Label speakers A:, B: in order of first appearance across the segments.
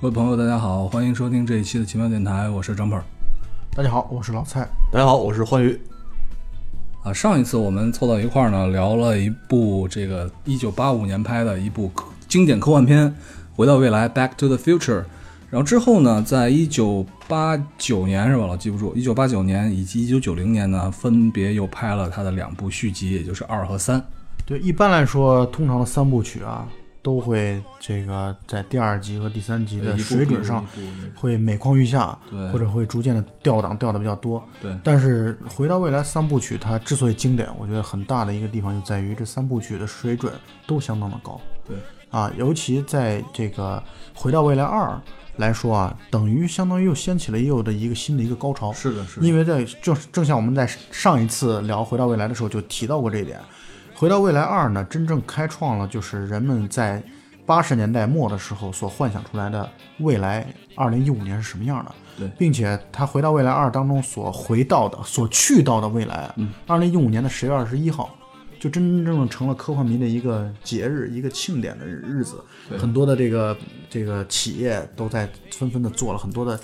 A: 各位朋友，大家好，欢迎收听这一期的奇妙电台，我是张鹏。
B: 大家好，我是老蔡。
C: 大家好，我是欢愉。
A: 啊，上一次我们凑到一块儿呢，聊了一部这个一九八五年拍的一部科经典科幻片《回到未来》（Back to the Future）。然后之后呢，在一九八九年是吧？老记不住，一九八九年以及一九九零年呢，分别又拍了他的两部续集，也就是二和三。
B: 对，一般来说，通常的三部曲啊，都会这个在第二集和第三集的水准上会每况愈下，
A: 对
B: 或者会逐渐的掉档，掉的比较多。
A: 对
B: 但是回到未来三部曲，它之所以经典，我觉得很大的一个地方就在于这三部曲的水准都相当的高
A: 对，
B: 啊，尤其在这个回到未来二来说啊，等于相当于又掀起了又的一个新的一个高潮。
A: 是的，是的，
B: 因为在正正像我们在上一次聊《回到未来》的时候就提到过这一点，《回到未来二》呢，真正开创了就是人们在八十年代末的时候所幻想出来的未来二零一五年是什么样的。
A: 对
B: 并且他《回到未来二》当中所回到的、所去到的未来，二零一五年的十月二十一号，就真真正正成了科幻迷的一个节日、一个庆典的日子。很多的这个这个企业都在纷纷的做了很多的，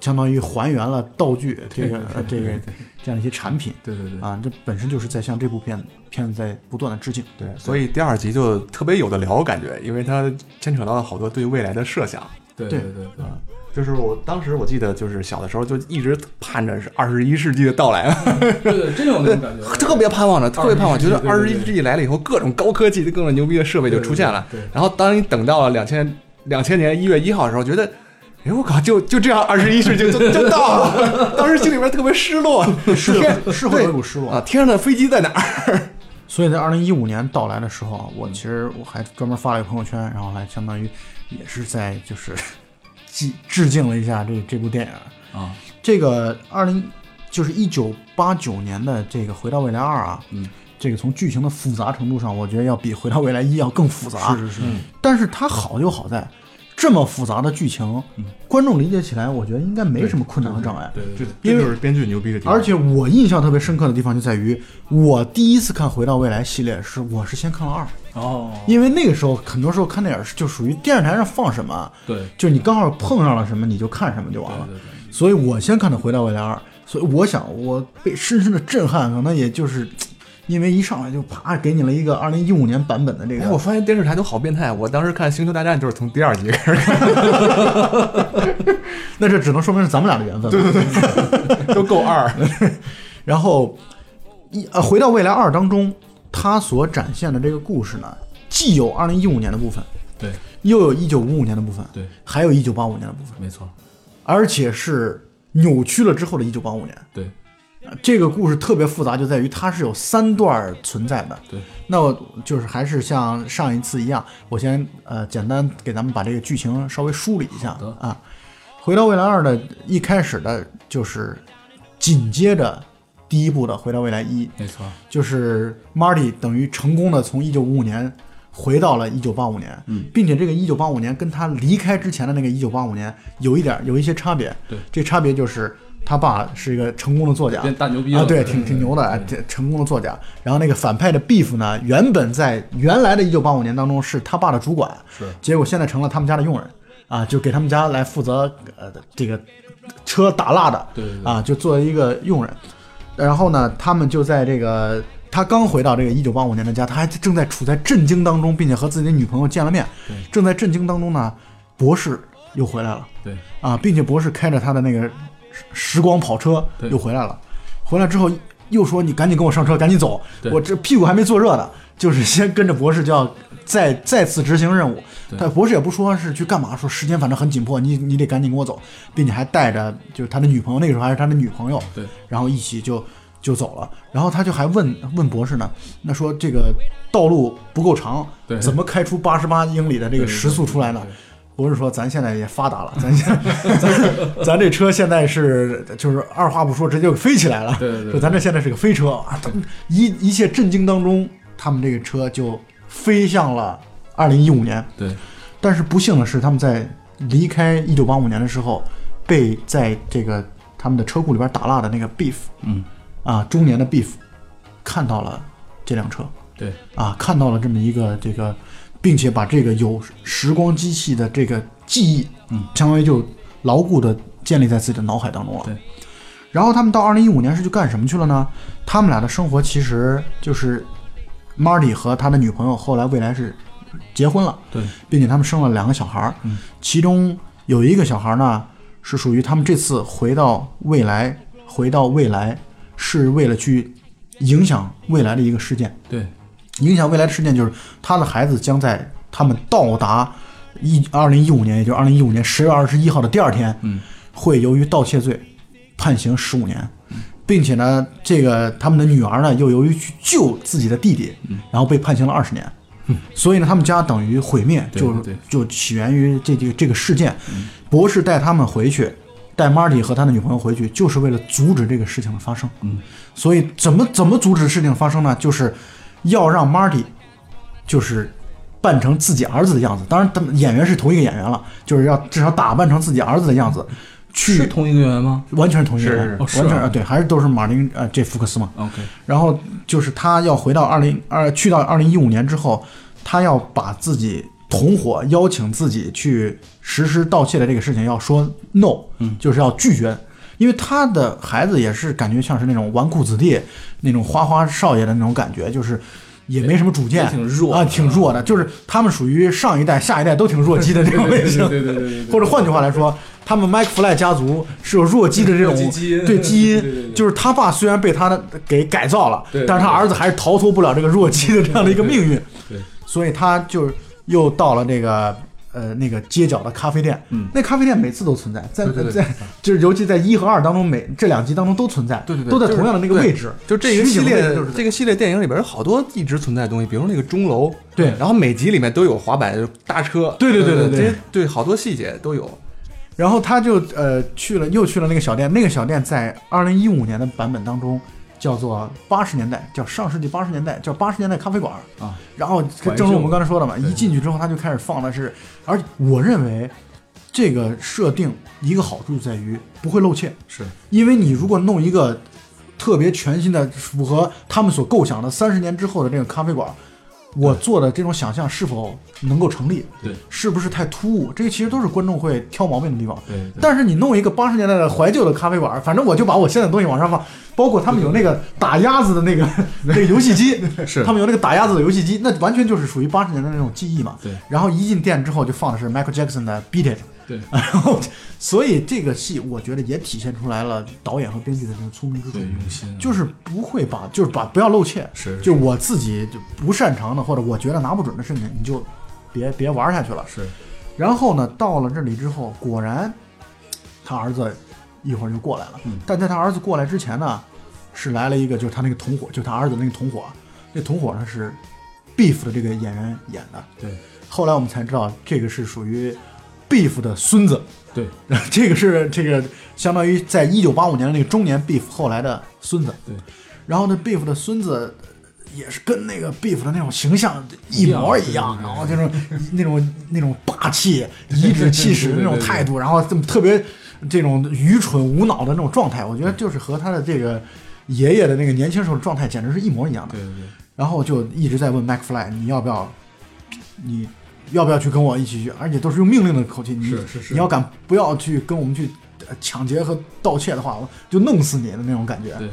B: 相当于还原了道具这个呃这个这样的一些产品
A: 对对对，
B: 啊，这本身就是在向这部片片子在不断的致敬。
C: 对，所以第二集就特别有的聊，感觉，因为它牵扯到了好多对未来的设想。
A: 对
B: 对
A: 对对对。
C: 就是我当时我记得，就是小的时候就一直盼着是二十一世纪的到来，
A: 对对，真有那种感觉。
C: 特别盼望着，特别盼望，觉得
A: 21
C: 二十一世纪来了以后，各种高科技、各种牛逼的设备就出现了。
A: 对对对
C: 然后当你等到了两千两千年一月一号的时候，觉得。哎，我靠！就就这样，二十一世纪 就就到了。当时心里边特别失落，
B: 是
C: 天
B: 是会有一股
C: 对
B: 失落
C: 啊！天上的飞机在哪儿？
B: 所以在二零一五年到来的时候啊，我其实我还专门发了一个朋友圈，然后还相当于也是在就是 致致敬了一下这这部电影。
A: 啊，
B: 这个二零就是一九八九年的这个《回到未来二》啊，
A: 嗯，
B: 这个从剧情的复杂程度上，我觉得要比《回到未来一》要更复杂。
A: 是是是，
C: 嗯
B: 但是它好就好在，这么复杂的剧情，观众理解起来，我觉得应该没什么困难和障碍。
A: 嗯对对
C: 这
A: 对，
B: 因为
C: 这就是编剧牛逼的地方。
B: 而且我印象特别深刻的地方就在于，我第一次看《回到未来》系列是我是先看了二，
A: 哦，
B: 因为那个时候很多时候看电影是就属于电视台上放什么，
A: 对
B: 就你刚好碰上了什么你就看什么就完了。所以我先看的《回到未来二》，所以我想我被深深的震撼，可能也就是嘖因为一上来就啪给你了一个二零一五年版本的这
C: 哎，我
B: 个。
C: 发现电视台都好变态。啊我当时看《星球大战》就是从第二集开始
B: 那这只能说明是咱们俩的缘分。对对对。
C: 看，都够 二。
B: 然后一呃，回到未来二当中，它所展现的这个故事呢，既有二零一五年的部分，
A: 对
B: 又有一九五五年的部分，
A: 对，
B: 还有一九八五年的部分，
A: 没错，
B: 而且是扭曲了之后的一九八五年。
A: 对
B: 这个故事特别复杂，就在于它是有三段儿存在的。
A: 对，
B: 那我就是还是像上一次一样，我先呃简单给咱们把这个剧情稍微梳理一下
A: 的
B: 啊。回到未来二的一开始的就是紧接着第一部的回到未来一，
A: 没错，
B: 就是 Marty 等于成功的从一九五五年回到了一九八五年，并且这个一九八五年跟他离开之前的那个一九八五年有一点儿有一些差别，
A: 对
B: 这差别就是他爸是一个成功的作家，
A: 变大牛逼了
B: 啊，对，挺挺牛的，哎这成功的作家。然后那个反派的 Beef 呢，原本在原来的一九八五年当中是他爸的主管，
A: 是
B: 结果现在成了他们家的佣人，啊，就给他们家来负责呃这个车打蜡的，
A: 对对对
B: 啊，就作为一个佣人。然后呢，他们就在这个他刚回到这个一九八五年的家，他还正在处在震惊当中，并且和自己的女朋友见了面，正在震惊当中呢，博士又回来了。
A: 对
B: 啊，并且博士开着他的那个时时光跑车
A: 对
B: 又回来了，回来之后又说你赶紧跟我上车，赶紧走
A: 对，
B: 我这屁股还没坐热呢，就是先跟着博士就要再再次执行任务
A: 对。
B: 但博士也不说是去干嘛，说时间反正很紧迫，你你得赶紧跟我走，并且还带着就是他的女朋友，那个时候还是他的女朋友，
A: 对，
B: 然后一起就就走了。然后他就还问问博士呢，那说这个道路不够长，
A: 对
B: 怎么开出八十八英里的这个时速出来呢
A: 对对对？
B: 博士说：“咱现在也发达了， 咱现咱咱这车现在是就是二话不说直接就飞起来了。
A: 对对对
B: 就咱这现在是个飞车啊！他们一一切震惊当中，他们这个车就飞向了二零一五年。
A: 对
B: 但是不幸的是，他们在离开一九八五年的时候，被在这个他们的车库里边打蜡的那个 Beef，
A: 嗯，
B: 啊，中年的 Beef 看到了这辆车，
A: 对
B: 啊，看到了这么一个这个，并且把这个有时光机器的这个记忆，
A: 嗯，
B: 相当于就牢固的建立在自己的脑海当中了。
A: 对。
B: 然后他们到二零一五年是去干什么去了呢？他们俩的生活其实就是 Marty 和他的女朋友后来未来是结婚了，
A: 对，
B: 并且他们生了两个小孩儿，
A: 嗯
B: 其中有一个小孩儿呢是属于他们这次回到未来，回到未来是为了去影响未来的一个事件。
A: 对，
B: 影响未来的事件就是他的孩子将在他们到达一二零一五年，也就是二零一五年十月二十一号的第二天，
A: 嗯，
B: 会由于盗窃罪判刑十五年，
A: 嗯
B: 并且呢，这个他们的女儿呢又由于去救自己的弟弟，
A: 嗯
B: 然后被判刑了二十年。所以呢，他们家等于毁灭，
A: 对
B: 就
A: 对嗯对
B: 就起源于这这个这个事件。博士带他们回去，带 Marty 和他的女朋友回去，就是为了阻止这个事情的发生。
A: 嗯，
B: 所以怎么怎么阻止事情的发生呢？就是要让 Marty 就是扮成自己儿子的样子。当然，他们演员是同一个演员了，就是要至少打扮成自己儿子的样子，
A: 是
B: 去
A: 同一个演员吗
B: 完全是同一个演员，
A: 是是哦是啊
B: 完全啊对，还是都是马丁呃这福克斯嘛。
A: ？OK，
B: 然后就是他要回到二零二，去到二零一五年之后，他要把自己同伙邀请自己去实施盗窃的这个事情要说 no，嗯，就是要拒绝，因为他的孩子也是感觉像是那种纨绔子弟、那种花花少爷的那种感觉，就是。也没什么主见，
A: 也挺弱
B: 啊，挺弱的，就是他们属于上一代、下一代都挺弱鸡的这种类型，
A: 对对对对对对
B: 或者换句话来说，他们 Mike Fly 家族是有弱鸡的这种
A: 弱鸡基因
B: 对
A: 对
B: 基
A: 对对
B: 因，就是他爸虽然被他的给改造了
A: 对对，
B: 但是他儿子还是逃脱不了这个弱鸡的这样的一个命运，
A: 对，
B: 所以他就又到了那个呃那个街角的咖啡店，
A: 嗯
B: 那咖啡店每次都存在，在
C: 对对对
B: 在就是尤其在一和二当中每这两集当中都存在，
C: 对对对
B: 都在
C: 就是
B: 同样的那个
C: 对
B: 位置，
C: 就这个
B: 取
C: 系
B: 景的
C: 列
B: 位置就是，在
C: 这个系列电影里边有好多一直存在的东西，比如那个钟楼，
B: 对
C: 然后每集里面都有滑板、就是搭车，
B: 对对对对对
C: 这些对，好多细节都有。，
B: 然后他就呃去了，又去了那个小店。那个小店在二零一五年的版本当中叫做八十年代，叫上世纪八十年代，叫八十年代咖啡馆
A: 啊。
B: 然后正如我们刚才说的嘛，一进去之后他就开始放的是，而且我认为这个设定一个好处在于不会露怯，
A: 是
B: 因为你如果弄一个特别全新的，符合他们所构想的三十年之后的这个咖啡馆，我做的这种想象是否能够成立？
A: 对，
B: 是不是太突兀？这个其实都是观众会挑毛病的地方。
A: 对对
B: 但是你弄一个八十年代的怀旧的咖啡馆，反正我就把我现在的东西往上放，包括他们有那个打鸭子的那个那个游戏机，
A: 是
B: 他们有那个打鸭子的游戏机，那完全就是属于八十年代那种记忆嘛。
A: 对
B: 然后一进店之后就放的是 Michael Jackson 的 Beat It，
A: 对
B: 然后，所以这个戏我觉得也体现出来了导演和编剧的这个聪明之处
A: 对，，用心啊
B: 就是不会把，就是把不要露怯，
A: 是是
B: 就我自己就不擅长的或者我觉得拿不准的事情，你就别别玩下去了。
A: 是
B: 然后呢，到了这里之后，果然他儿子一会儿就过来了，
A: 嗯
B: 但在他儿子过来之前呢，是来了一个就是他那个同伙，就他儿子那个同伙，那同伙呢是 Beef 的这个演员演的，
A: 对
B: 后来我们才知道这个是属于 Beef 的孙子。
A: 对
B: 这个是这个相当于在一九八五年的那个中年 Beef 后来的孙子，
A: 对，
B: 然后呢 Beef 的孙子也是跟那个 Beef 的那种形象一模一样，
A: 一样
B: 然后就是那种那种霸气、颐指气使的那种态度，然后这么特别这种愚蠢无脑的那种状态，我觉得就是和他的这个爷爷的那个年轻时候的状态简直是一模一样的。
A: 对对对，
B: 然后就一直在问 MacFly 你要不要，你要不要去跟我一起去？而且都是用命令的口气，你
A: 是是是
B: 你要敢不要去跟我们去呃抢劫和盗窃的话，我就弄死你的那种感觉。
A: 对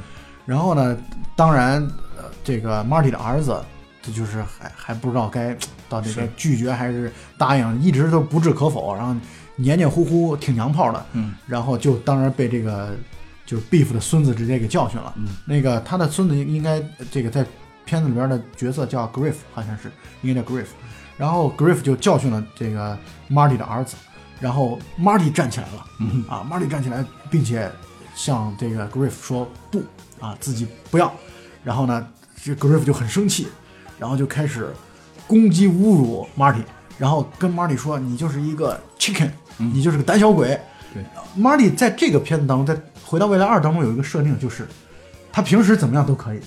B: 然后呢，当然，呃，这个 Marty 的儿子，这就是还还不知道该到底该
A: 是
B: 拒绝还是答应，一直都不置可否，然后黏黏糊糊，挺娘炮的。
A: 嗯
B: 然后就当然被这个就是 Beef 的孙子直接给教训了。
A: 嗯
B: 那个他的孙子应该这个在片子里边的角色叫 Griff，好像是应该叫 Griff。然后 Griff 就教训了这个 Marty 的儿子，然后 Marty 站起来了，
A: 嗯
B: 啊，Marty 站起来，并且向这个 Griff 说不啊，自己不要。然后呢，这 Griff 就很生气，然后就开始攻击侮辱 Marty，然后跟 Marty 说你就是一个 chicken，、你就是个胆小鬼。
A: 对
B: Marty 在这个片子当中，在《回到未来二》当中有一个设定，就是他平时怎么样都可以，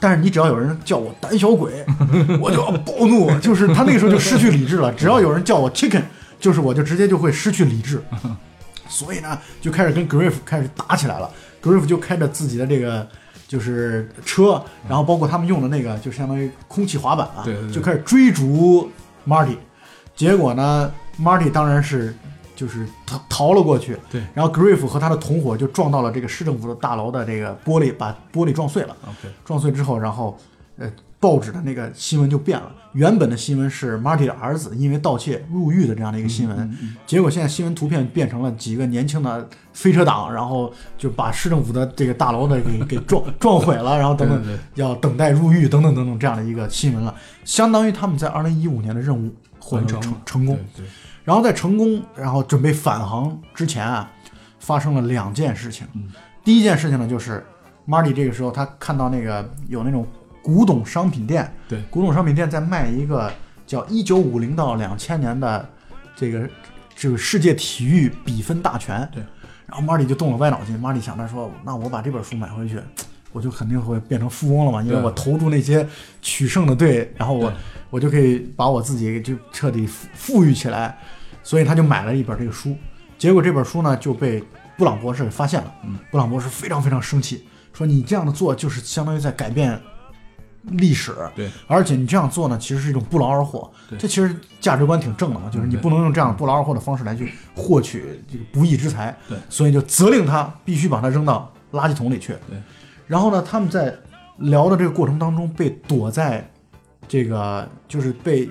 B: 但是你只要有人叫我胆小 鬼，我就要暴怒，就是他那个时候就失去理智了。只要有人叫我 chicken，就 是我就直接就会失去理智，所以呢，就开始跟 Griff 开始打起来了。Griff 就开着自己的这个就是车，然后包括他们用的那个就相当于空气滑板啊，
A: 对对对
B: 就开始追逐 Marty。结果呢，Marty 当然是就是逃逃了过去。
A: 对
B: 然后 Griff 和他的同伙就撞到了这个市政府的大楼的这个玻璃，把玻璃撞碎了。
A: ，OK，
B: 撞碎之后，然后呃，报纸的那个新闻就变了。原本的新闻是 Marty 的儿子因为盗窃入狱的这样的一个新闻，结果现在新闻图片变成了几个年轻的飞车党，然后就把市政府的这个大楼的给给撞撞毁了，然 后等等
A: 对对对
B: 要等待入狱等等等等这样的一个新闻了，相当于他们在2015年的任务获
A: 完
B: 得
A: 成
B: 成
A: 了
B: 成功。
A: 对，对
B: 然后在成功，然后准备返航之前啊，发生了两件事情。第一件事情呢，就是 Marty 这个时候他看到那个有那种古董商品店，
A: 对，
B: 古董商品店在卖一个叫一九五零到两千年的这个这个世界体育比分大全。
A: 对，
B: 然后 Marty 就动了歪脑筋，Marty 想着说，那我把这本书买回去。我就肯定会变成富翁了嘛，因为
A: 对
B: 我投注那些取胜的队，然后我
A: 对
B: 我就可以把我自己就彻底富富裕起来，所以他就买了一本这个书，结果这本书呢就被布朗博士给发现了，
A: 嗯
B: 布朗博士非常非常生气，说你这样的做就是相当于在改变历史，
A: 对，
B: 而且你这样做呢其实是一种不劳而获
A: 对，
B: 这其实价值观挺正的嘛，就是你
A: 对嗯
B: 不能用这样不劳而获的方式来去获取这个不义之财，
A: 对
B: 所以就责令他必须把它扔到垃圾桶里去，
A: 对，
B: 然后呢他们在聊的这个过程当中被躲在这个就是被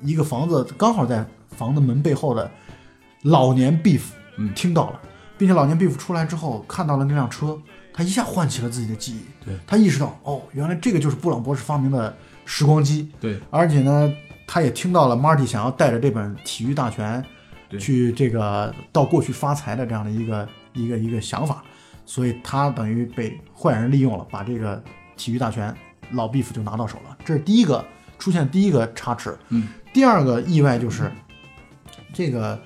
B: 一个房子刚好在房子门背后的老年 Beef
A: 嗯
B: 听到了，并且老年 Beef 出来之后看到了那辆车，他一下唤起了自己的记忆，
A: 对
B: 他意识到哦，原来这个就是布朗博士发明的时光机，
A: 对，
B: 而且呢，他也听到了 Marty 想要带着这本《体育大全
A: 对》
B: 去这个到过去发财的这样的一个一个一个想法，所以他等于被坏人利用了，把这个《体育大全》老 Beef 就拿到手了。这是第一个出现第一个插曲。
A: 嗯，
B: 第二个意外就是这个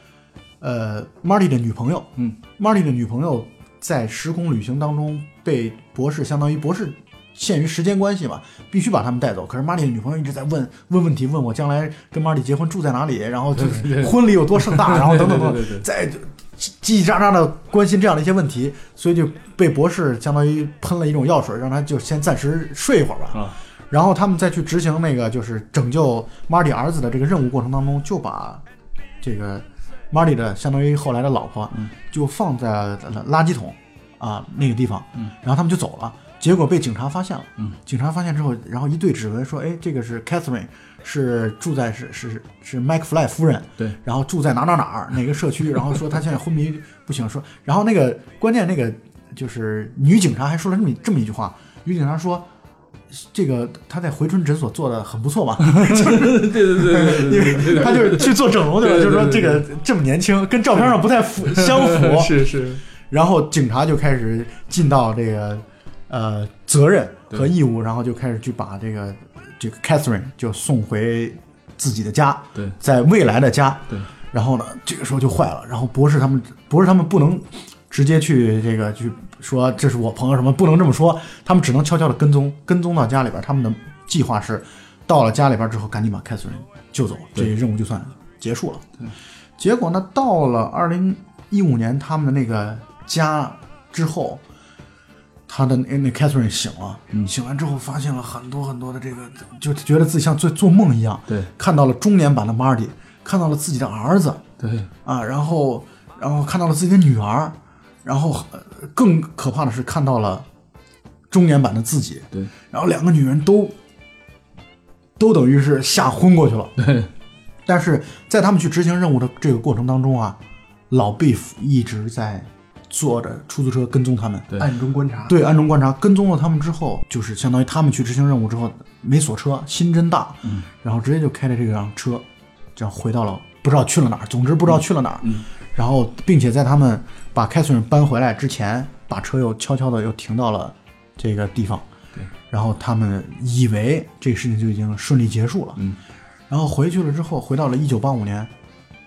B: 呃 Marty 的女朋友，
A: 嗯
B: ，Marty 的女朋友在时空旅行当中被博士，相当于博士限于时间关系嘛，必须把他们带走。可是 Marty 的女朋友一直在问问问题，问我将来跟 Marty 结婚住在哪里，然 后就
A: 对对
B: 是婚礼有多盛大，然后等等等
A: 对
B: 等
A: 对对对，
B: 在叽叽叽喳喳的关心这样的一些问题，所以就被博士相当于喷了一种药水，让他就先暂时睡一会儿吧。
A: 啊
B: 然后他们再去执行那个就是拯救 Marty 儿子的这个任务过程当中，就把这个 Marty 的相当于后来的老婆就放在垃圾桶啊那个地方，然后他们就走了。结果被警察发现了，警察发现之后，然后一对指纹说，哎，这个是 Catherine，是住在是是是 McFly 夫人，
A: 对，
B: 然后住在哪哪哪儿哪个社区， 然后说她现在昏迷不醒，说，然后那个关键那个就是女警察还说了这么一这么一句话，女警察说。这个她在回春诊所做的很不 错嘛，
A: 对对对对
B: 因
A: 对对
B: 为她就是去做整容去了，
A: 对对
B: 就是说
A: 对
B: 这个这么年轻，跟照片上不太符相符
C: 是是，
B: 然后警察就开始尽到这个呃责任和义务，然后就开始去把这个这个 Catherine 就送回自己的家，
A: 对
B: 在未来的家。
A: 对，
B: 然后呢，这个时候就坏了，然后博士他们博士他们不能直接去这个去说这是我朋友什么，不能这么说，他们只能悄悄的跟踪，跟踪到家里边。他们的计划是到了家里边之后，赶紧把 Catherine 救走，这
A: 对
B: 任务就算结束了。结果呢，到了二零一五年他们的那个家之后，他的那那 Catherine 醒了，醒完之后发现了很多很多的这个，就觉得自己像做做梦一样，
A: 对
B: 看到了中年版的 Marty，看到了自己的儿子
A: 对
B: 啊，然后然后看到了自己的女儿，然后呃更可怕的是看到了中年版的自己，
A: 对
B: 然后两个女人都都等于是吓昏过去了。
A: 对，
B: 但是在他们去执行任务的这个过程当中啊，老 Beef 一直在坐着出租车跟踪他们，
A: 对
C: 暗中观察，
B: 对，暗中观察，跟踪了他们之后，就是相当于他们去执行任务之后没锁车，心真大，然后直接就开着这辆车，这样回到了不知道去了哪儿，总之不知道去了哪儿，然后并且在他们把凯瑟琳搬回来之前，把车又悄悄的又停到了这个地方，然后他们以为这个事情就已经顺利结束了，
A: 嗯
B: 然后回去了之后，回到了一九八五年，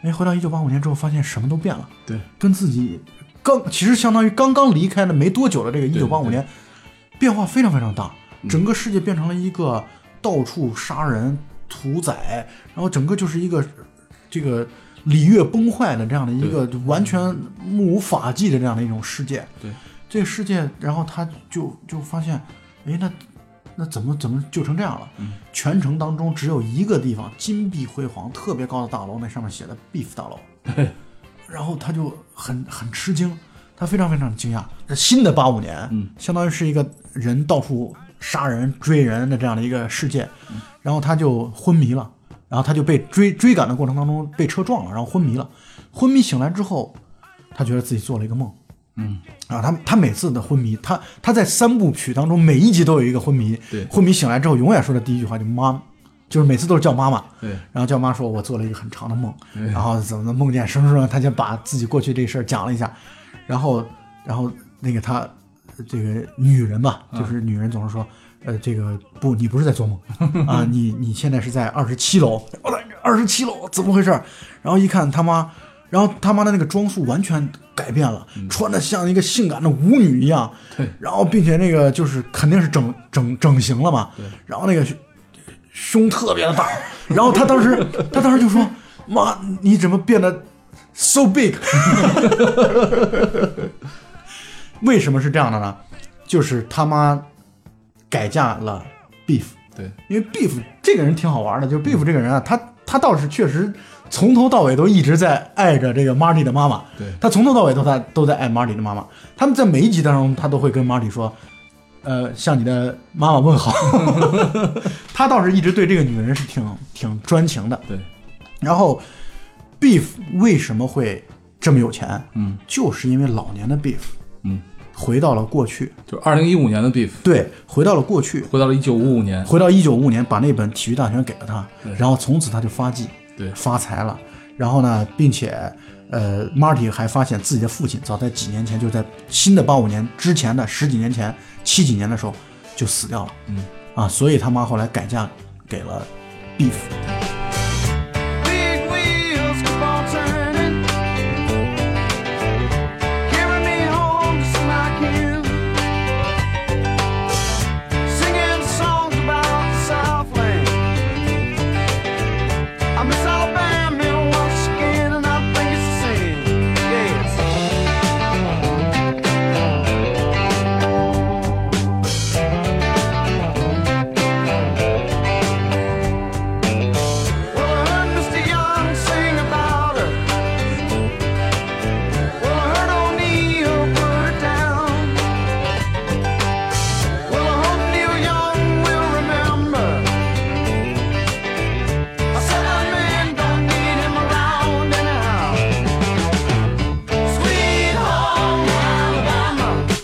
B: 哎，回到一九八五年之后，发现什么都变了。
A: 对
B: 跟自己刚其实相当于刚刚离开了没多久的这个一
A: 对
B: 九八五
A: 对嗯
B: 年，变化非常非常大，整个世界变成了一个到处杀人、屠宰，然后整个就是一个这个礼乐崩坏的这样的一个完全目无法纪的这样的一种世界。
A: 对，
B: 这个世界，然后他就就发现，哎，那那怎么怎么就成这样了？全城当中只有一个地方金碧辉煌，特别高的大楼，那上面写的 Beef 大楼。然后他就很很吃惊，他非常非常惊讶。新的八五年，嗯，相当于是一个人到处杀人追人的这样的一个世界，然后他就昏迷了，然后他就被追追赶的过程当中被车撞了，然后昏迷了。昏迷醒来之后，他觉得自己做了一个梦，啊，他他每次的昏迷，他他在三部曲当中每一集都有一个昏迷，
A: 对
B: 昏迷醒来之后永远说的第一句话就妈，就是每次都是叫妈妈，
A: 对
B: 然后叫妈说我做了一个很长的梦，然后怎么的梦见什么什么，他先把自己过去这事儿讲了一下，然后然后那个他这个女人吧，就是女人总是说。呃，这个不，你不是在做梦啊，你你现在是在二十七楼，我来二十七楼怎么回事儿？然后一看他妈，然后他妈的那个装束完全改变了，穿的像一个性感的舞女一样，
A: 对，
B: 然后并且那个就是肯定是整整整形了嘛，对，然后那个胸胸特别的大，然后他当时他当时就说：“妈，你怎么变得 so big？” 为什么是这样的呢？就是他妈改嫁了 beef，
A: 对，
B: 因为 Beef 这个人挺好玩的，就是 Beef 这个人啊，他他倒是确实从头到尾都一直在爱着这个 Marty 的妈妈，
A: 对
B: 他从头到尾都在都在爱 Marty 的妈妈。他们在每一集当中，他都会跟 Marty 说，呃，向你的妈妈 问好。他倒是一直对这个女人是挺挺专情的。
A: 对，
B: 然后 Beef 为什么会这么有钱？
A: 嗯，
B: 就是因为老年的 Beef
A: 嗯，
B: 回到了过去，
A: 就二零一五年的 Beef
B: 对，回到了过去。
A: 回到了一九五五年，
B: 回到一九五五年，把那本《体育大全》给了他
A: 对，
B: 然后从此他就发迹，
A: 对
B: 发财了。然后呢，并且，呃，Marty 还发现自己的父亲早在几年前，就在新的八五年之前的十几年前、七几年的时候就死掉了。
A: 嗯，
B: 啊，所以他妈后来改嫁给了 Beef。
D: Big wheels keep on turning, carry me home just like you. Singing songs about the Southland. I miss Alabama once again, and I think it's the same. Yes. Well, I heard Mr. Young sing about her. Well, I heard O'Neill put her down. Well, I hope Neil Young will remember. I said a man don't need him around anyhow. Sweet home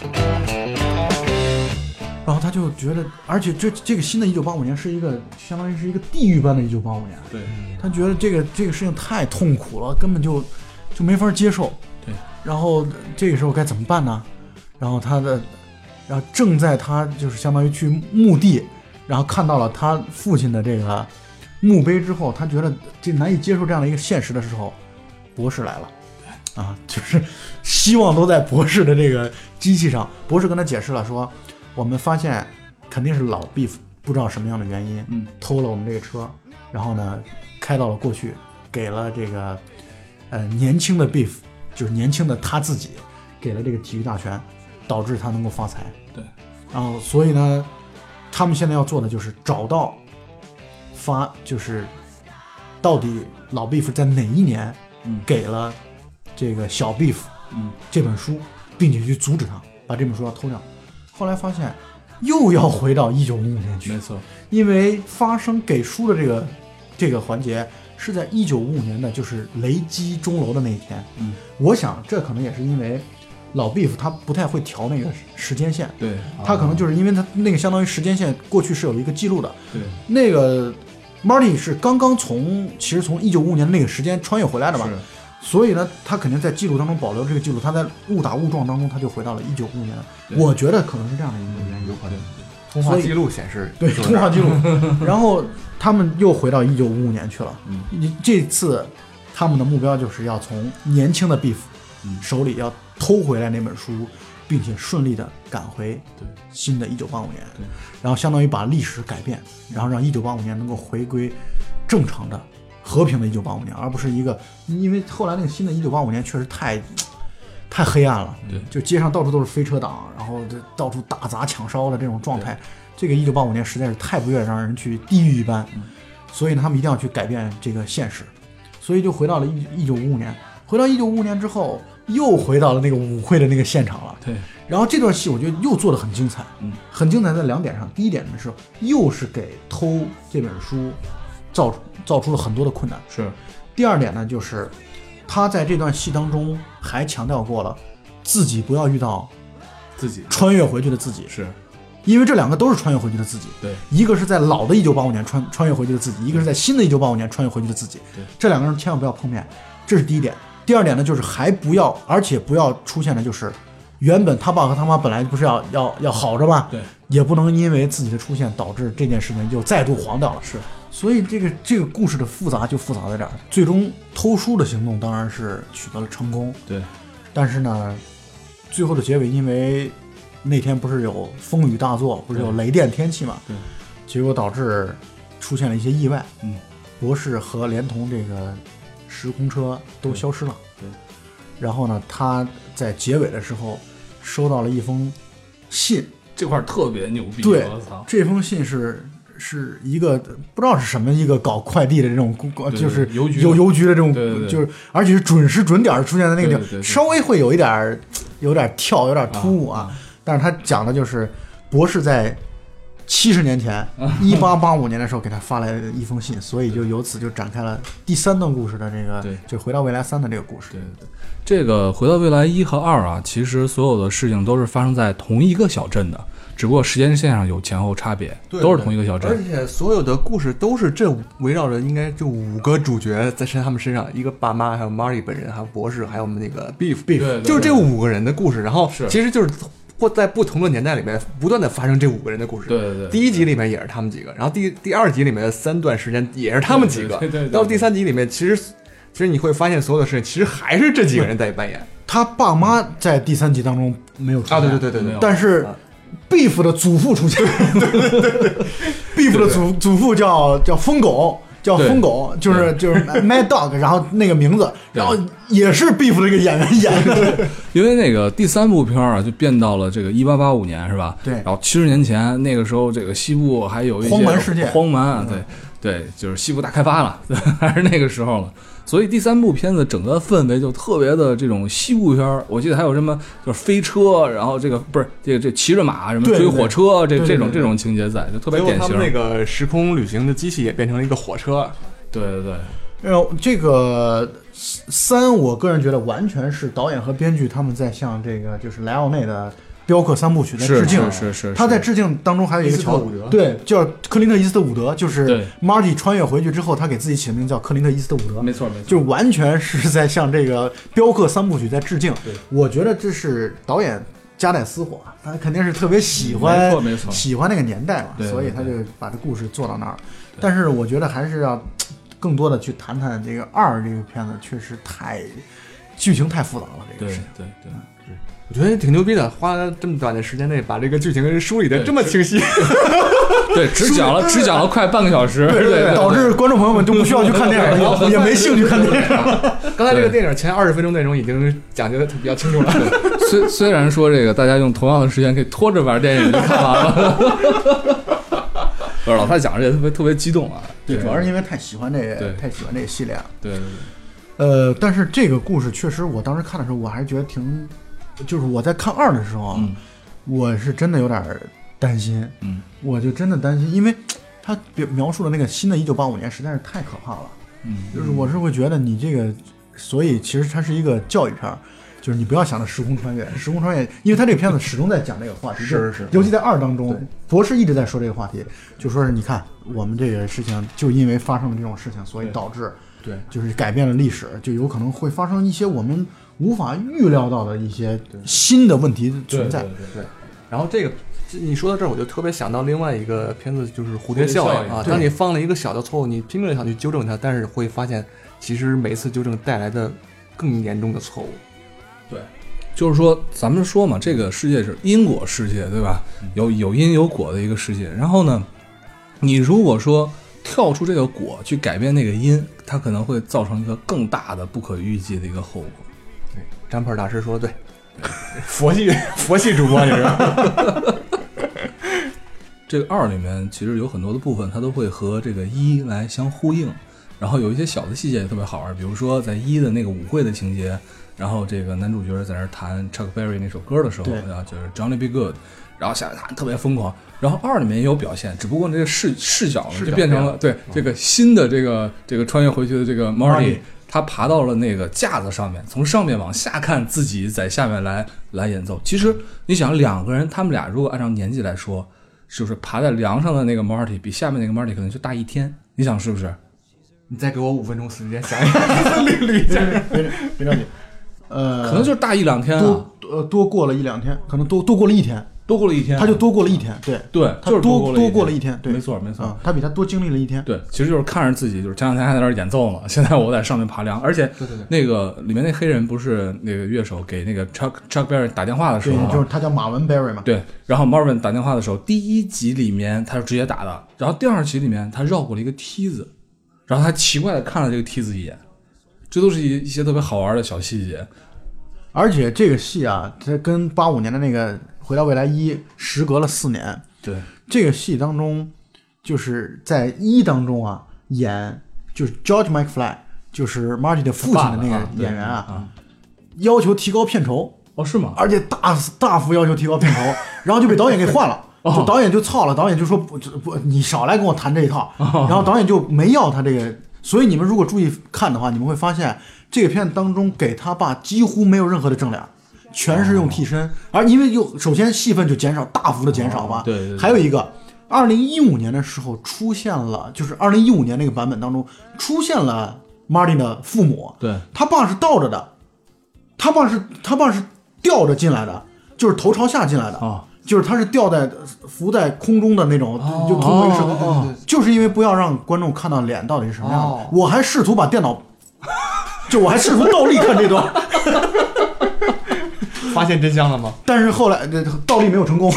D: Alabama.
B: 然后他就觉得，而且这这个新的1985年是一个相当于是一个地狱般的1985年，
A: 对
B: 他觉得这个这个事情太痛苦了，根本就就没法接受。
A: 对，
B: 然后呃这个时候该怎么办呢？然后他的，然后正在他就是相当于去墓地，然后看到了他父亲的这个墓碑之后，他觉得这难以接受这样的一个现实的时候，博士来了。啊，就是希望都在博士的这个机器上。博士跟他解释了说，我们发现肯定是老 beef 不知道什么样的原因，
A: 嗯，
B: 偷了我们这个车，然后呢开到了过去，给了这个呃年轻的 beef，就是年轻的他自己，给了这个体育大全，导致他能够发财。
A: 对，
B: 然后所以呢，他们现在要做的就是找到发就是到底老 beef 在哪一年
A: 嗯
B: 给了这个小 beef
A: 嗯
B: 这本书，并且去阻止他把这本书要偷掉。后来发现又要回到一九五五年去
A: 没，错，
B: 因为发生给书的这个这个环节是在一九五五年的，就是雷击钟楼的那一天。
A: 嗯，
B: 我想这可能也是因为老 beef 他不太会调那个时间线。
A: 对，
B: 他可能就是因为他那个相当于时间线过去是有一个记录的，
A: 对
B: 那个 Marty 是刚刚从其实从一九五五年那个时间穿越回来的嘛，所以呢，他肯定在记录当中保留这个记录，他在误打误撞当中他就回到了一九五五年，我觉得可能是这样的一个原因，有可能。
C: 通话记录显示
B: 对，
C: 就是
B: 通话记 录。然后他们又回到一九五五年去了。
A: 嗯
B: 你这次他们的目标就是要从年轻的 Beef
A: 嗯
B: 手里要偷回来那本书，并且顺利的赶回
A: 对
B: 新的一九八五年
A: 对，
B: 然后相当于把历史改变，然后让一九八五年能够回归正常的。和平的1985年，而不是一个，因为后来那个新的1985年确实太太黑暗了，
A: 对
B: 就街上到处都是飞车党，然后这到处打砸抢烧的这种状态，这个一九八五年实在是太不愿意让人去地狱一般，所以呢，他们一定要去改变这个现实，所以就回到了一一九五五年，回到一九五五年之后，又回到了那个舞会的那个现场了。
A: 对，
B: 然后这段戏我觉得又做的很精彩，
A: 嗯，
B: 很精彩在两点上。第一点呢是，又是给偷这本书造出造出了很多的困难。
A: 是
B: 第二点呢就是，他在这段戏当中还强调过了，自己不要遇到
A: 自己
B: 穿越回去的自己，
A: 是
B: 因为这两个都是穿越回去的自己。
A: 对，
B: 一个是在老的1985年穿穿越回去的自己，一个是在新的1985年穿越回去的自己
A: 对。
B: 这两个人千万不要碰面，这是第一点。第二点呢，就是还不要，而且不要出现的就是，原本他爸和他妈本来不是要要要好着吗？
A: 对，
B: 也不能因为自己的出现导致这件事情就再度黄掉了。
A: 是，
B: 所以这个这个故事的复杂就复杂在这儿。最终偷书的行动当然是取得了成功，
A: 对，
B: 但是呢，最后的结尾因为那天不是有风雨大作，不是有雷电天气嘛，
A: 对，
B: 结果导致出现了一些意外，
A: 嗯，
B: 博士和连同这个时空车都消失了，
A: 对对
B: 然后呢，他在结尾的时候收到了一封信，
A: 这块儿特别牛逼，
B: 对
A: 我操，
B: 这封信是是一个不知道是什么一个搞快递的这种工，
A: 对
B: 就是
A: 邮局
B: 邮邮局的这种，
A: 对对对
B: 就是而且是准时准点儿出现在那个地方，
A: 对对对对
B: 稍微会有一点儿有点儿跳，有点儿突兀啊。但是他讲的就是博士在七十年前，
A: 啊
B: 一八八五年的时候给他发来一封信，所以就由此就展开了第三段故事的这个，
A: 对
B: 就回到未来三的这个故事。
A: 对对对，这个《回到未来一》和二啊，其实所有的事情都是发生在同一个小镇的，只不过时间线上有前后差别，
C: 对
A: 都是同一个小
C: 而
A: 镇。
C: 且所有的故事都是这围绕着应该就五个主角在身他们身上，一个爸妈，还有 Mary 本人，还有博士，还有我们那个 Beef
A: 对对对
C: 就是这五个人的故事。然后
A: 是
C: 其实就是或在不同的年代里面不断的发生这五个人的故事。
A: 对对对
C: 第一集里面也是他们几个，然后第第二集里面的三段时间也是他们几个，
A: 对对对对对
C: 到第三集里面其实其实你会发现所有的事情其实还是这几个人在扮演
B: 他爸妈在第三集当中没有出现，
C: 啊，对对对对
A: 哦
C: 对。
B: 但是
C: 啊
B: Beef 的祖父出现，对对对，Beef 的祖祖父叫叫疯狗，叫
A: 对
B: 疯狗，就是就是 Mad Dog，然后那个名字，然后也是 Beef 的一个演员演的，
A: 因为那个第三部片儿啊，就变到了这个一八八五年，是吧？
B: 对
A: 然后七十年前那个时候，这个西部还有一些
B: 荒蛮世界
A: 荒蛮，对对，就是西部大开发了， 还是那个时候了。所以第三部片子整个氛围就特别的这种西部片儿，我记得还有什么就是飞车，然后这个不是这个这骑着马什么
B: 对
A: 追
B: 对
A: 火车，这
B: 对对
A: 这种
B: 对
A: 这种情节在，就特别
C: 最后
A: 典
C: 他
A: 型
C: 们。那个时空旅行的机器也变成了一个火车，
A: 对对对，
B: 然后这个三，我个人觉得完全是导演和编剧他们在向这个就是莱奥内的。镖客三部曲在
A: 是
B: 致敬，
A: 是是是
B: 他在致敬当中还有一个桥
C: 伊斯特伍德
B: 对，叫克林特·伊斯特伍德，就是
A: 对
B: Marty 穿越回去之后，他给自己起的名字叫克林特·伊斯特伍德，
A: 没错没错，
B: 就完全是在向这个《镖客三部曲》在致敬
A: 对。
B: 我觉得这是导演夹带私货，他肯定是特别喜欢，
A: 没错没错
B: 喜欢那个年代嘛
A: 对，对
B: 所以他就把这故事做到那儿。但是我觉得还是要更多的去谈谈这个二这个片子，确实太剧情太复杂了，这
A: 对
B: 个事
A: 对
B: 情。
A: 对。
C: 我觉得挺牛逼的，花了这么短的时间内把这个剧情梳理的这么清晰，
A: 对，只讲了只讲了快半个小时，对
B: 导致观众朋友们就不需要去看电影了，
A: 对对对对
B: 也也没兴趣看电影。
C: 刚才这个电影前二十分钟内容已经讲解的比较清楚了。
A: 虽虽然说这个大家用同样的时间可以拖着玩电影就看完 了，不是老太讲这特别特别激动啊，
B: 对，主要是
A: 是
B: 因为太喜欢这
A: 对
B: 个，太喜欢这个系列了。
A: 对对
B: 呃，但是这个故事确实，我当时看的时候，我还是觉得挺，就是我在看二的时候啊，
A: 嗯
B: 我是真的有点儿担心，
A: 嗯，
B: 我就真的担心，因为他描描述的那个新的1985年实在是太可怕了，
A: 嗯，
B: 就是我是会觉得你这个，所以其实它是一个教育片儿。就是你不要想着时空穿越，时空穿越，因为他这个片子始终在讲这个话题，
C: 是
B: 就是尤其在二当中，博士一直在说这个话题，就说是你看我们这个事情，就因为发生了这种事情，所以导致
C: 对，
B: 就是改变了历史，就有可能会发生一些我们无法预料到的一些新的问题存在。
C: 对。 然后这个这你说到这儿，我就特别想到另外一个片子，就是《蝴蝶效
A: 蝴蝶
C: 应》
A: 效
C: 啊。
A: 应
C: 当你犯了一个小的错误，你拼命的想去纠正它，但是会发现，其实每一次纠正带来的更严重的错误。
A: 就是说咱们说嘛，这个世界是因果世界，对吧？有有因有果的一个世界。然后呢，你如果说跳出这个果去改变那个因，它可能会造成一个更大的不可预计的一个后果。
C: 对，詹鹏大师说的对。佛系佛系主播，你是？
A: 这个二里面其实有很多的部分，它都会和这个一来相呼应。然后有一些小的细节也特别好玩，比如说在一的那个舞会的情节，然后这个男主角在那儿弹 Chuck Berry 那首歌的时候，
B: 对
A: 然后就是 Johnny Be Good，然后下面他特别疯狂。然后二里面也有表现，只不过那个视视角呢
C: 视角
A: 就变成了对这个新的这个这个穿越回去的这个 Marty，
B: Marty
A: 他爬到了那个架子上面，从上面往下看自己在下面来来演奏。其实你想，两个人他们俩如果按照年纪来说，就是爬在梁上的那个 Marty 比下面那个 Marty 可能就大一天，你想是不是？
C: 你再给我五分钟时间想一下，捋捋一下。
B: 别别着急，呃，
A: 可能就是大一两天啊，
B: 多呃多过了一两天，可能多多过了一天，
A: 多过了一天，
B: 他就多过了一天，对，
A: 啊对，
B: 他
A: 就是
B: 多
A: 多
B: 过了
A: 一
B: 一
A: 天
B: 天，对，
A: 没错没错
B: 啊，他比他多经历了一天，
A: 对，其实就是看着自己，就是前两天还在那儿演奏呢，现在我在上面爬梁，而且
C: 对对对
A: 那个里面那黑人不是那个乐手给那个 Chuck Chuck Berry 打电话的时
B: 对
A: 候，，
B: 就是他叫马文 Berry 嘛，
A: 对，然后 Marvin 打电话的时候，第一集里面他是直接打的，然后第二集里面他绕过了一个梯子，然后他奇怪的看了这个梯子一眼，这都是一一些特别好玩的小细节。
B: 而且这个戏啊，这跟八五年的那个《回到未来一》时隔了四年，
A: 对，
B: 这个戏当中，就是在一当中啊，演就是 George McFly，就是 Marty 的父亲的
A: 爸
B: 那
A: 爸
B: 个
A: 啊对
B: 演员啊，
A: 啊
B: 要求提高片酬，
A: 哦，是吗？
B: 而且大大幅要求提 高片酬，然后就被导演给换了。
A: 哦
B: 就导演就操了，导演就说不这不，你少来跟我谈这一套。
A: 哦
B: 然后导演就没要他这个，所以你们如果注意看的话，你们会发现这个片当中给他爸几乎没有任何的正脸，全
A: 哦
B: 是用替身。而因为又首先戏份就减少，大幅的减少吧。
A: 对对对
B: 还有一个，二零一五年的时候出现了，就是二零一五年那个版本当中出现了 Martin 的父母，
A: 对，
B: 他爸是倒着的，他爸是他爸是吊着进来的，就是头朝下进来的，
A: 哦
B: 就是他是吊在浮在空中的那种，
A: 哦
B: 就空中一
A: 哦
B: 个
A: 哦哦
B: 就是因为不要让观众看到脸到底是什么样的，
C: 哦
B: 我还试图把电脑， 就我还试图倒立看这段，
C: 发现真相了吗？
B: 但是后来这倒立没有成功，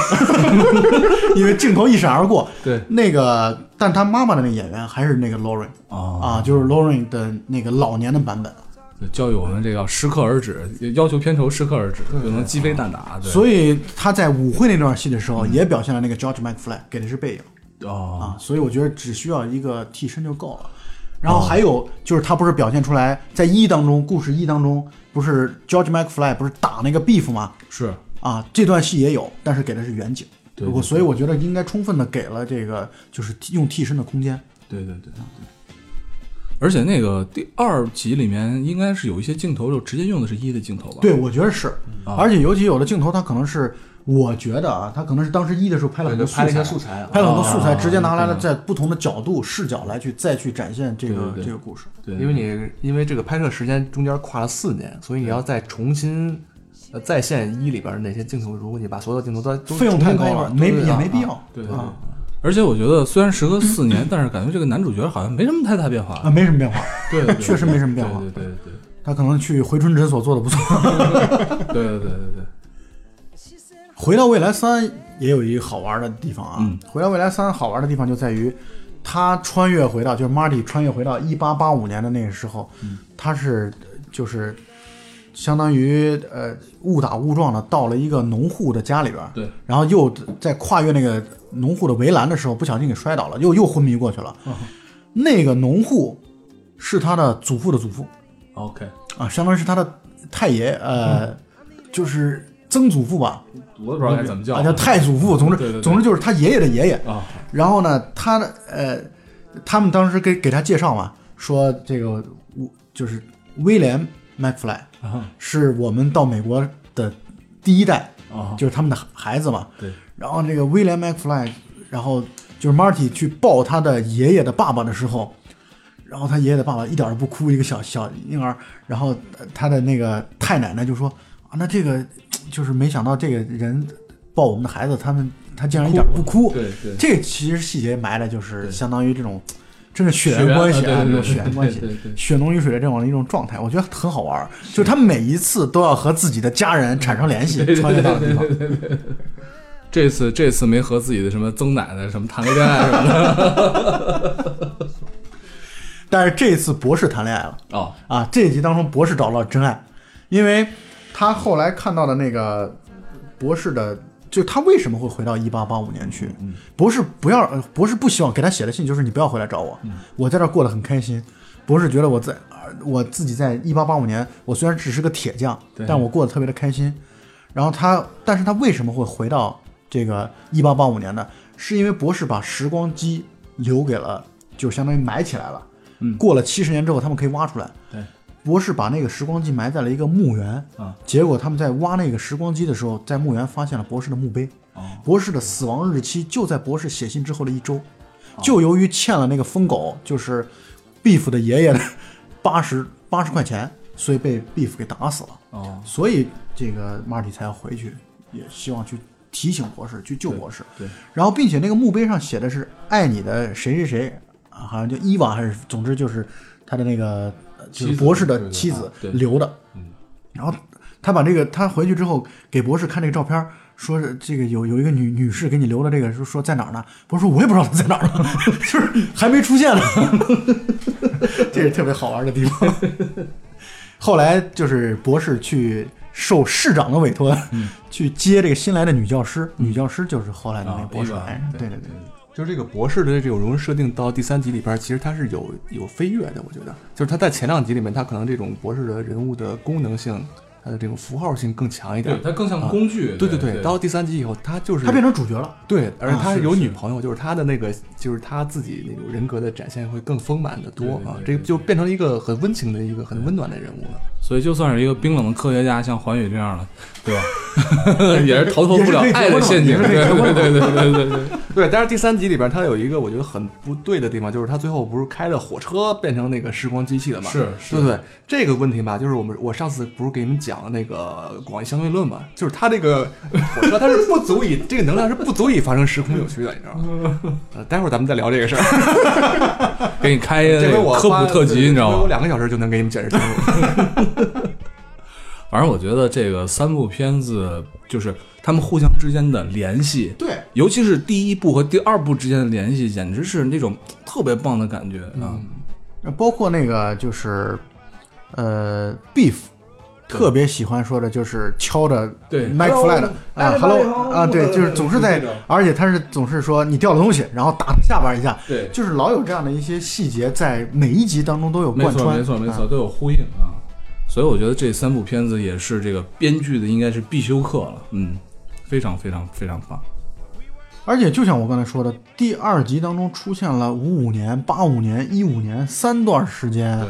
B: 因为镜头一闪而过。
A: 对，
B: 那个，但他妈妈的那个演员还是那个 Lauren
A: 啊，
B: 啊，就是 Lauren 的那个老年的版本。
A: 就教育我们这个要适可而止，要求片酬适可而止，就能鸡飞蛋打。对，嗯
B: 所以他在舞会那段戏的时候，也表现了那个 George McFly 给的是背影
A: 以
C: 嗯
A: 哦，
B: 啊，所以我觉得只需要一个替身就够了。然后还
C: 哦
B: 有就是他不是表现出来在一当中，故事一当中不是 George McFly 不是打那个 Beef 吗？
A: 是
B: 啊，这段戏也有，但是给的是远景。
A: 对
B: 我
A: 对
B: 所以我觉得应该充分的给了这个就是替用替身的空间。
C: 哦
A: 对对对对。而且那个第二集里面应该是有一些镜头就直接用的是一的镜头吧？
B: 对，我觉得是，
C: 嗯
B: 而且尤其有的镜头，它可能是，我觉得啊，它可能是当时一的时候拍了很多
C: 对对拍了一些
B: 素
C: 素材啊
B: 拍了很多素材，
A: 哦
B: 直接拿来了，在不同的角度、视角来去再去展现这
A: 对
B: 个
A: 对对
B: 这个故事。
A: 对，
C: 因为你因为这个拍摄时间中间跨了四年，所以你要再重新呃再现一里边儿那些镜头，如果你把所有镜头都都
B: 费用
C: 重
B: 太
C: 新
B: 高
C: 拍一
B: 了，
C: 遍
B: 没
C: 对对
B: 也
C: 啊
B: 没必
C: 啊
B: 要。
A: 对对对
B: 啊
A: 而且我觉得虽然时隔四年，但是感觉这个男主角好像没什么太大变
B: 啊，
A: 化。
B: 没什么变化，
A: 对，对对
B: 确实没什么变化
A: 对对对对
B: 他可能去回春诊所做的不错。
A: 对对对对对
B: 回到未来三也有一个好玩的地方啊。
A: 嗯
B: 回到未来三好玩的地方就在于，他穿越回到就是 Marty 穿越回到一八八五年的那个时候，
A: 嗯
B: 他是就是相当于呃误打误撞的到了一个农户的家里边儿，
A: 对
B: 然后又在跨越那个农户的围栏的时候不小心给摔倒了，又又昏迷过去了。
A: 嗯
B: 那个农户是他的祖父的祖父，
A: ，OK，
B: 啊，相当于是他的太爷，呃，
A: 嗯
B: 就是曾祖父吧，
A: 我都不知道该怎么叫
B: 啊，叫太祖父。总之，
A: 对对对
B: 总之就是他爷爷的爷爷。
A: 啊，
B: 然后呢，他的呃，他们当时给给他介绍嘛，说这个我就是威廉麦克弗莱
A: 啊
B: 是我们到美国的第一代，
A: 啊，
B: 就是他们的孩子嘛。
A: 对，
B: 然后这个威廉麦克弗莱，然后就是 Marty 去抱他的爷爷的爸爸的时候，然后他爷爷的爸爸一点儿都不哭，一个小小婴儿，然后呃他的那个太奶奶就说啊，那这个就是没想到这个人抱我们的孩子，他们他竟然一点儿不哭，
A: 对对，
B: 这个其实细节埋的就是
A: 对
B: 相当于这种，真是血
A: 血
B: 缘
A: 缘
B: 关
A: 啊
B: 系啊，
A: 对对
B: 这
A: 对
B: 种血缘关系
A: 对对对，对
B: 血浓于水的这种一种状态，我觉得很好玩儿。就是他每一次都要和自己的家人产生联系，穿越到的地方。
A: 这次这次没和自己的什么曾奶奶什么谈个恋爱什么的
B: 但是这次博士谈恋爱了
A: 哦，
B: 啊！这一集当中，博士找到了真爱，因为他后来看到的那个博士的，就他为什么会回到一八八五年去？嗯博士不要，呃博士不希望给他写的信就是你不要回来找我，我在这儿过得很开心。不是觉得我在呃我自己在一八八五年，我虽然只是个铁匠，但我过得特别的开心。然后他，但是他为什么会回到这个一八八五年呢？是因为博士把时光机留给了，就相当于埋起来了。嗯，过了七十年之后，他们可以挖出来。
A: 对，
B: 博士把那个时光机埋在了一个墓园
A: 啊，
B: 结果他们在挖那个时光机的时候，在墓园发现了博士的墓碑。博士的死亡日期就在博士写信之后的一周，就由于欠了那个疯狗，就是 Beef 的爷爷的八十八十块钱，所以被 Beef 给打死了。
A: 哦，
B: 所以这个马里才要回去，也希望去提醒博士，去救博士。
A: 对对
B: 然后并且那个墓碑上写的是“爱你的谁谁谁”，啊好像叫伊娃还是，总之就是他的那个呃就是博士的妻子
A: 对对嗯对
B: 留的。然后他把这个他回去之后给博士看这个照片儿，说是这个有有一个女女士给你留的这个，说说在哪儿呢？博士说我也不知道她在哪儿呢， 就是还没出现呢。 这是特别好玩的地方。 后来就是博士去受市长的委托，
A: 嗯
B: 去接这个新来的女教师，女教师就是后来的那个
A: 啊
B: 博士
A: ，Ava，
B: 来
A: 对
B: 对对对，
C: 就是这个博士的这种人物设定到第三集里边儿，其实他是有有飞跃的。我觉得，就是他在前两集里面，他可能这种博士的人物的功能性，他的这种符号性更强一点
A: 对，。它更像
C: 啊
A: 工具。
C: 对
A: 对
C: 对，到第三集以后，他就是
B: 他变成主角了。
C: 对，而且
B: 啊
C: 他
B: 是
C: 有女朋友，就是他的那个，就是他自己那种人格的展现会更丰满的
A: 对
C: 多
A: 对
C: 啊
A: 对，
C: 这
A: 对
C: 个就变成一个很温情的一个很温暖的人物了。
A: 所以就算是一个冰冷的科学家，像环宇这样的，对吧？也是逃脱不了
B: 也是可以
A: 爱的陷阱。对
B: 结
A: 对
B: 婚
A: 对
B: 了
A: 对对对对。
C: 对，但是第三集里边他有一个我觉得很不对的地方，就是他最后不是开着火车变成那个时光机器的嘛？
A: 是是
C: 对不对？这个问题吧，就是我们我上次不是给你们讲那个广义相对论嘛，就是它这个火车它是不足以这个能量是不足以发生时空扭曲的，你知道吗？呃，待会儿咱们再聊这个事儿。
A: 给你开一个
C: 这回我
A: 科
C: 花
A: 普特辑，
C: 对
A: 你知道
C: 这回
A: 吗？
C: 我两个小时就能给你们解释清楚。
A: 反正我觉得这个三部片子就是他们互相之间的联系，
B: 对，
A: 尤其是第一部和第二部之间的联系，简直是那种特别棒的感觉啊！
B: 包括那个就是，呃，Beef。特别喜欢说的就是敲着
A: 对
B: Mike Fly 的啊，Hello 啊，对，就是总是在
C: 这种，
B: 而且他是总是说你掉了东西，然后打他下巴一下，
A: 对
B: 就是老有这样的一些细节在每一集当中都有
A: 没
B: 贯
A: 错，
B: 穿，
A: 没错，没
B: 啊
A: 错，都有呼应啊！所以我觉得这三部片子也是这个编剧的应该是必修课了，嗯，非常非常非常棒。
B: 而且就像我刚才说的，第二集当中出现了五五年、八五年、一五年三段时间，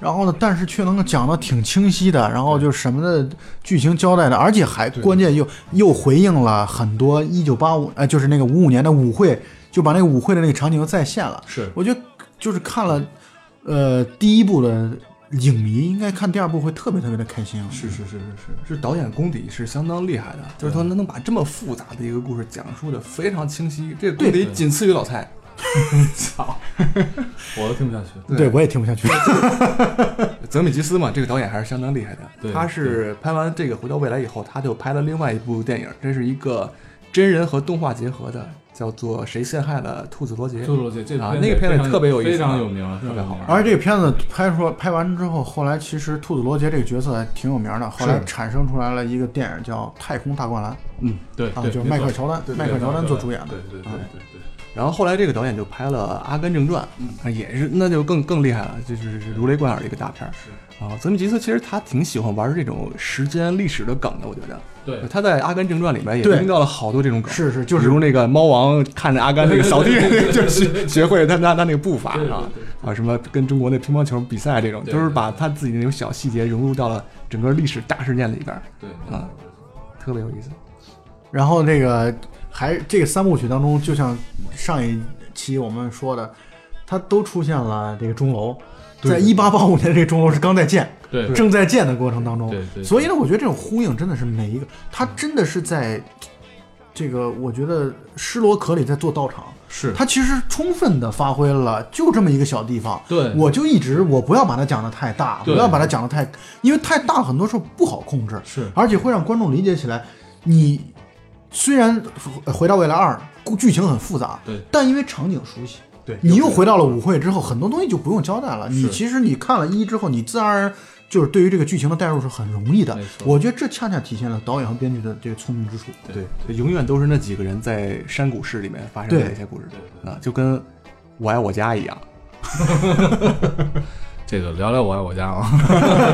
B: 然后呢，但是却能够讲的挺清晰的，然后就什么的剧情交代的，而且还关键又又回应了很多一九八五呃，就是那个五五年的舞会，就把那个舞会的那个场景又再现了。
A: 是
B: 我觉得就是看了呃第一部的影迷，应该看第二部会特别特别的开心。
C: 是是是是是，是导演功底是相当厉害的，就是他能把这么复杂的一个故事讲述的非常清晰，这个功底仅次于老蔡。操，
A: 我都听不下去。
C: 对
B: 对我也听不下去。
C: 泽米吉斯嘛，这个导演还是相当厉害的。
A: 对
C: 他是拍完这个《回到未来》以后，他就拍了另外一部电影，这是一个真人和动画结合的，叫做《谁陷害了兔子罗杰》。
A: 朱罗姐，这
C: 啊那个片
A: 非
C: 子
A: 常
C: 特别有意思
A: 非常有名，
C: 特别好玩
B: 而这个片子拍出拍完之后，后来其实兔子罗杰这个角色还挺有名的，后来
A: 是
B: 产生出来了一个电影叫《太空大灌篮》，
A: 嗯，对，
B: 啊，
A: 对
B: 就是
A: 没
B: 迈
A: 错
B: 克尔乔丹，迈克尔乔丹做主演的。
A: 对对对
B: 啊
A: 对对。
C: 然后后来这个导演就拍了《阿甘正传》，啊，也是那就更更厉害了，就是是如雷贯耳的一个大片儿。啊，泽米吉斯其实他挺喜欢玩这种时间历史的梗的，我觉得。
A: 对
B: 嗯
C: 他在《阿甘正传》里面也
B: 对
C: 听到了好多这种梗，
B: 是是就是
C: 比如那个猫王看着阿甘那个扫地，
A: 对对对对
C: 就是学学会了他他他那个步伐
A: 对对
C: 啊
A: 对
C: 啊，什么跟中国那乒乓球比赛这种，
A: 对
C: 就是把他自己那种小细节融入到了整个历史大事件里边儿，
A: 对
B: 嗯
C: 啊，特别有意思。
B: 然后这个还这个三部曲当中，就像上一期我们说的，它都出现了这个钟楼。
C: 对
B: 在一八八五年，这个钟楼是刚在建，
A: 对
B: 正在建的过程当中，
A: 对对对
B: 所以呢，我觉得这种呼应真的是每一个，他真的是在这个，我觉得施罗克里在做道场，
A: 是
B: 他其实充分的发挥了，就这么一个小地方。
A: 对
B: 我就一直我不要把它讲的太大，不
A: 对
B: 要把它讲的太，因为太大很多时候不好控制，
A: 是
B: 而且会让观众理解起来。你虽然呃回到未来二故剧情很复杂，
A: 对
B: 但因为场景熟悉，
A: 对
B: 你又回到了舞会之后，很多东西就不用交代了。你其实你看了一之后，你自然而然。就是对于这个剧情的代入是很容易的
A: 没，错
B: 我觉得这恰恰体现了导演和编剧的这个聪明之处。
C: 对，永远都是那几个人在山谷市里面发生的
B: 对
A: 啊
C: 一些故事
A: 对对
C: 啊，就跟《我爱我家》一样。
A: 这个聊聊我爱我家 啊。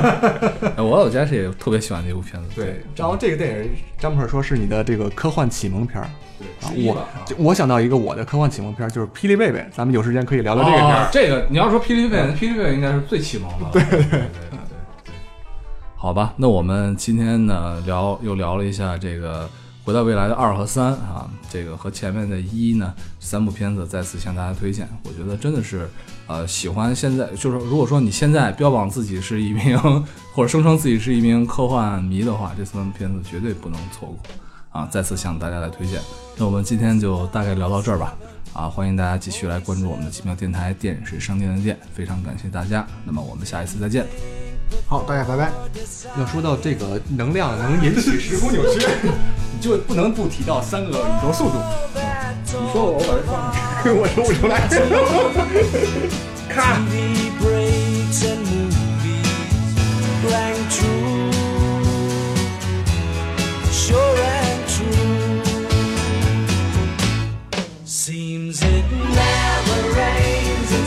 A: 哎我爱我家是也特别喜欢这部片子，
C: 对，然后这个电影，张博士说是你的这个科幻启蒙片儿。啊
A: 对
C: 我这我想到一个我的科幻启蒙片儿，就是《霹雳贝贝》，咱们有时间可以聊聊这个片
A: 哦
C: 儿。，
A: 这个你要说霹雳贝贝，霹雳贝贝应该是最启蒙的。对对对对对。好吧，那我们今天呢聊又聊了一下这个《回到未来》的二和三啊，这个和前面的一呢三部片子再次向大家推荐，我觉得真的是呃喜欢现在就是如果说你现在标榜自己是一名或者声称自己是一名科幻迷的话，这三部片子绝对不能错过。啊，再次向大家来推荐。那我们今天就大概聊到这儿吧。啊，欢迎大家继续来关注我们的奇妙电台电水商店的店，非常感谢大家。那么我们下一次再见。
B: 好，大家拜拜。
C: 要说到这个能量能引起时空扭曲， 你就不能不提到三个宇宙速度。
A: 你说我，我把这放。
C: 我说不出来。
E: TV breaks and movies rang true, sure and true. Seems it never rains in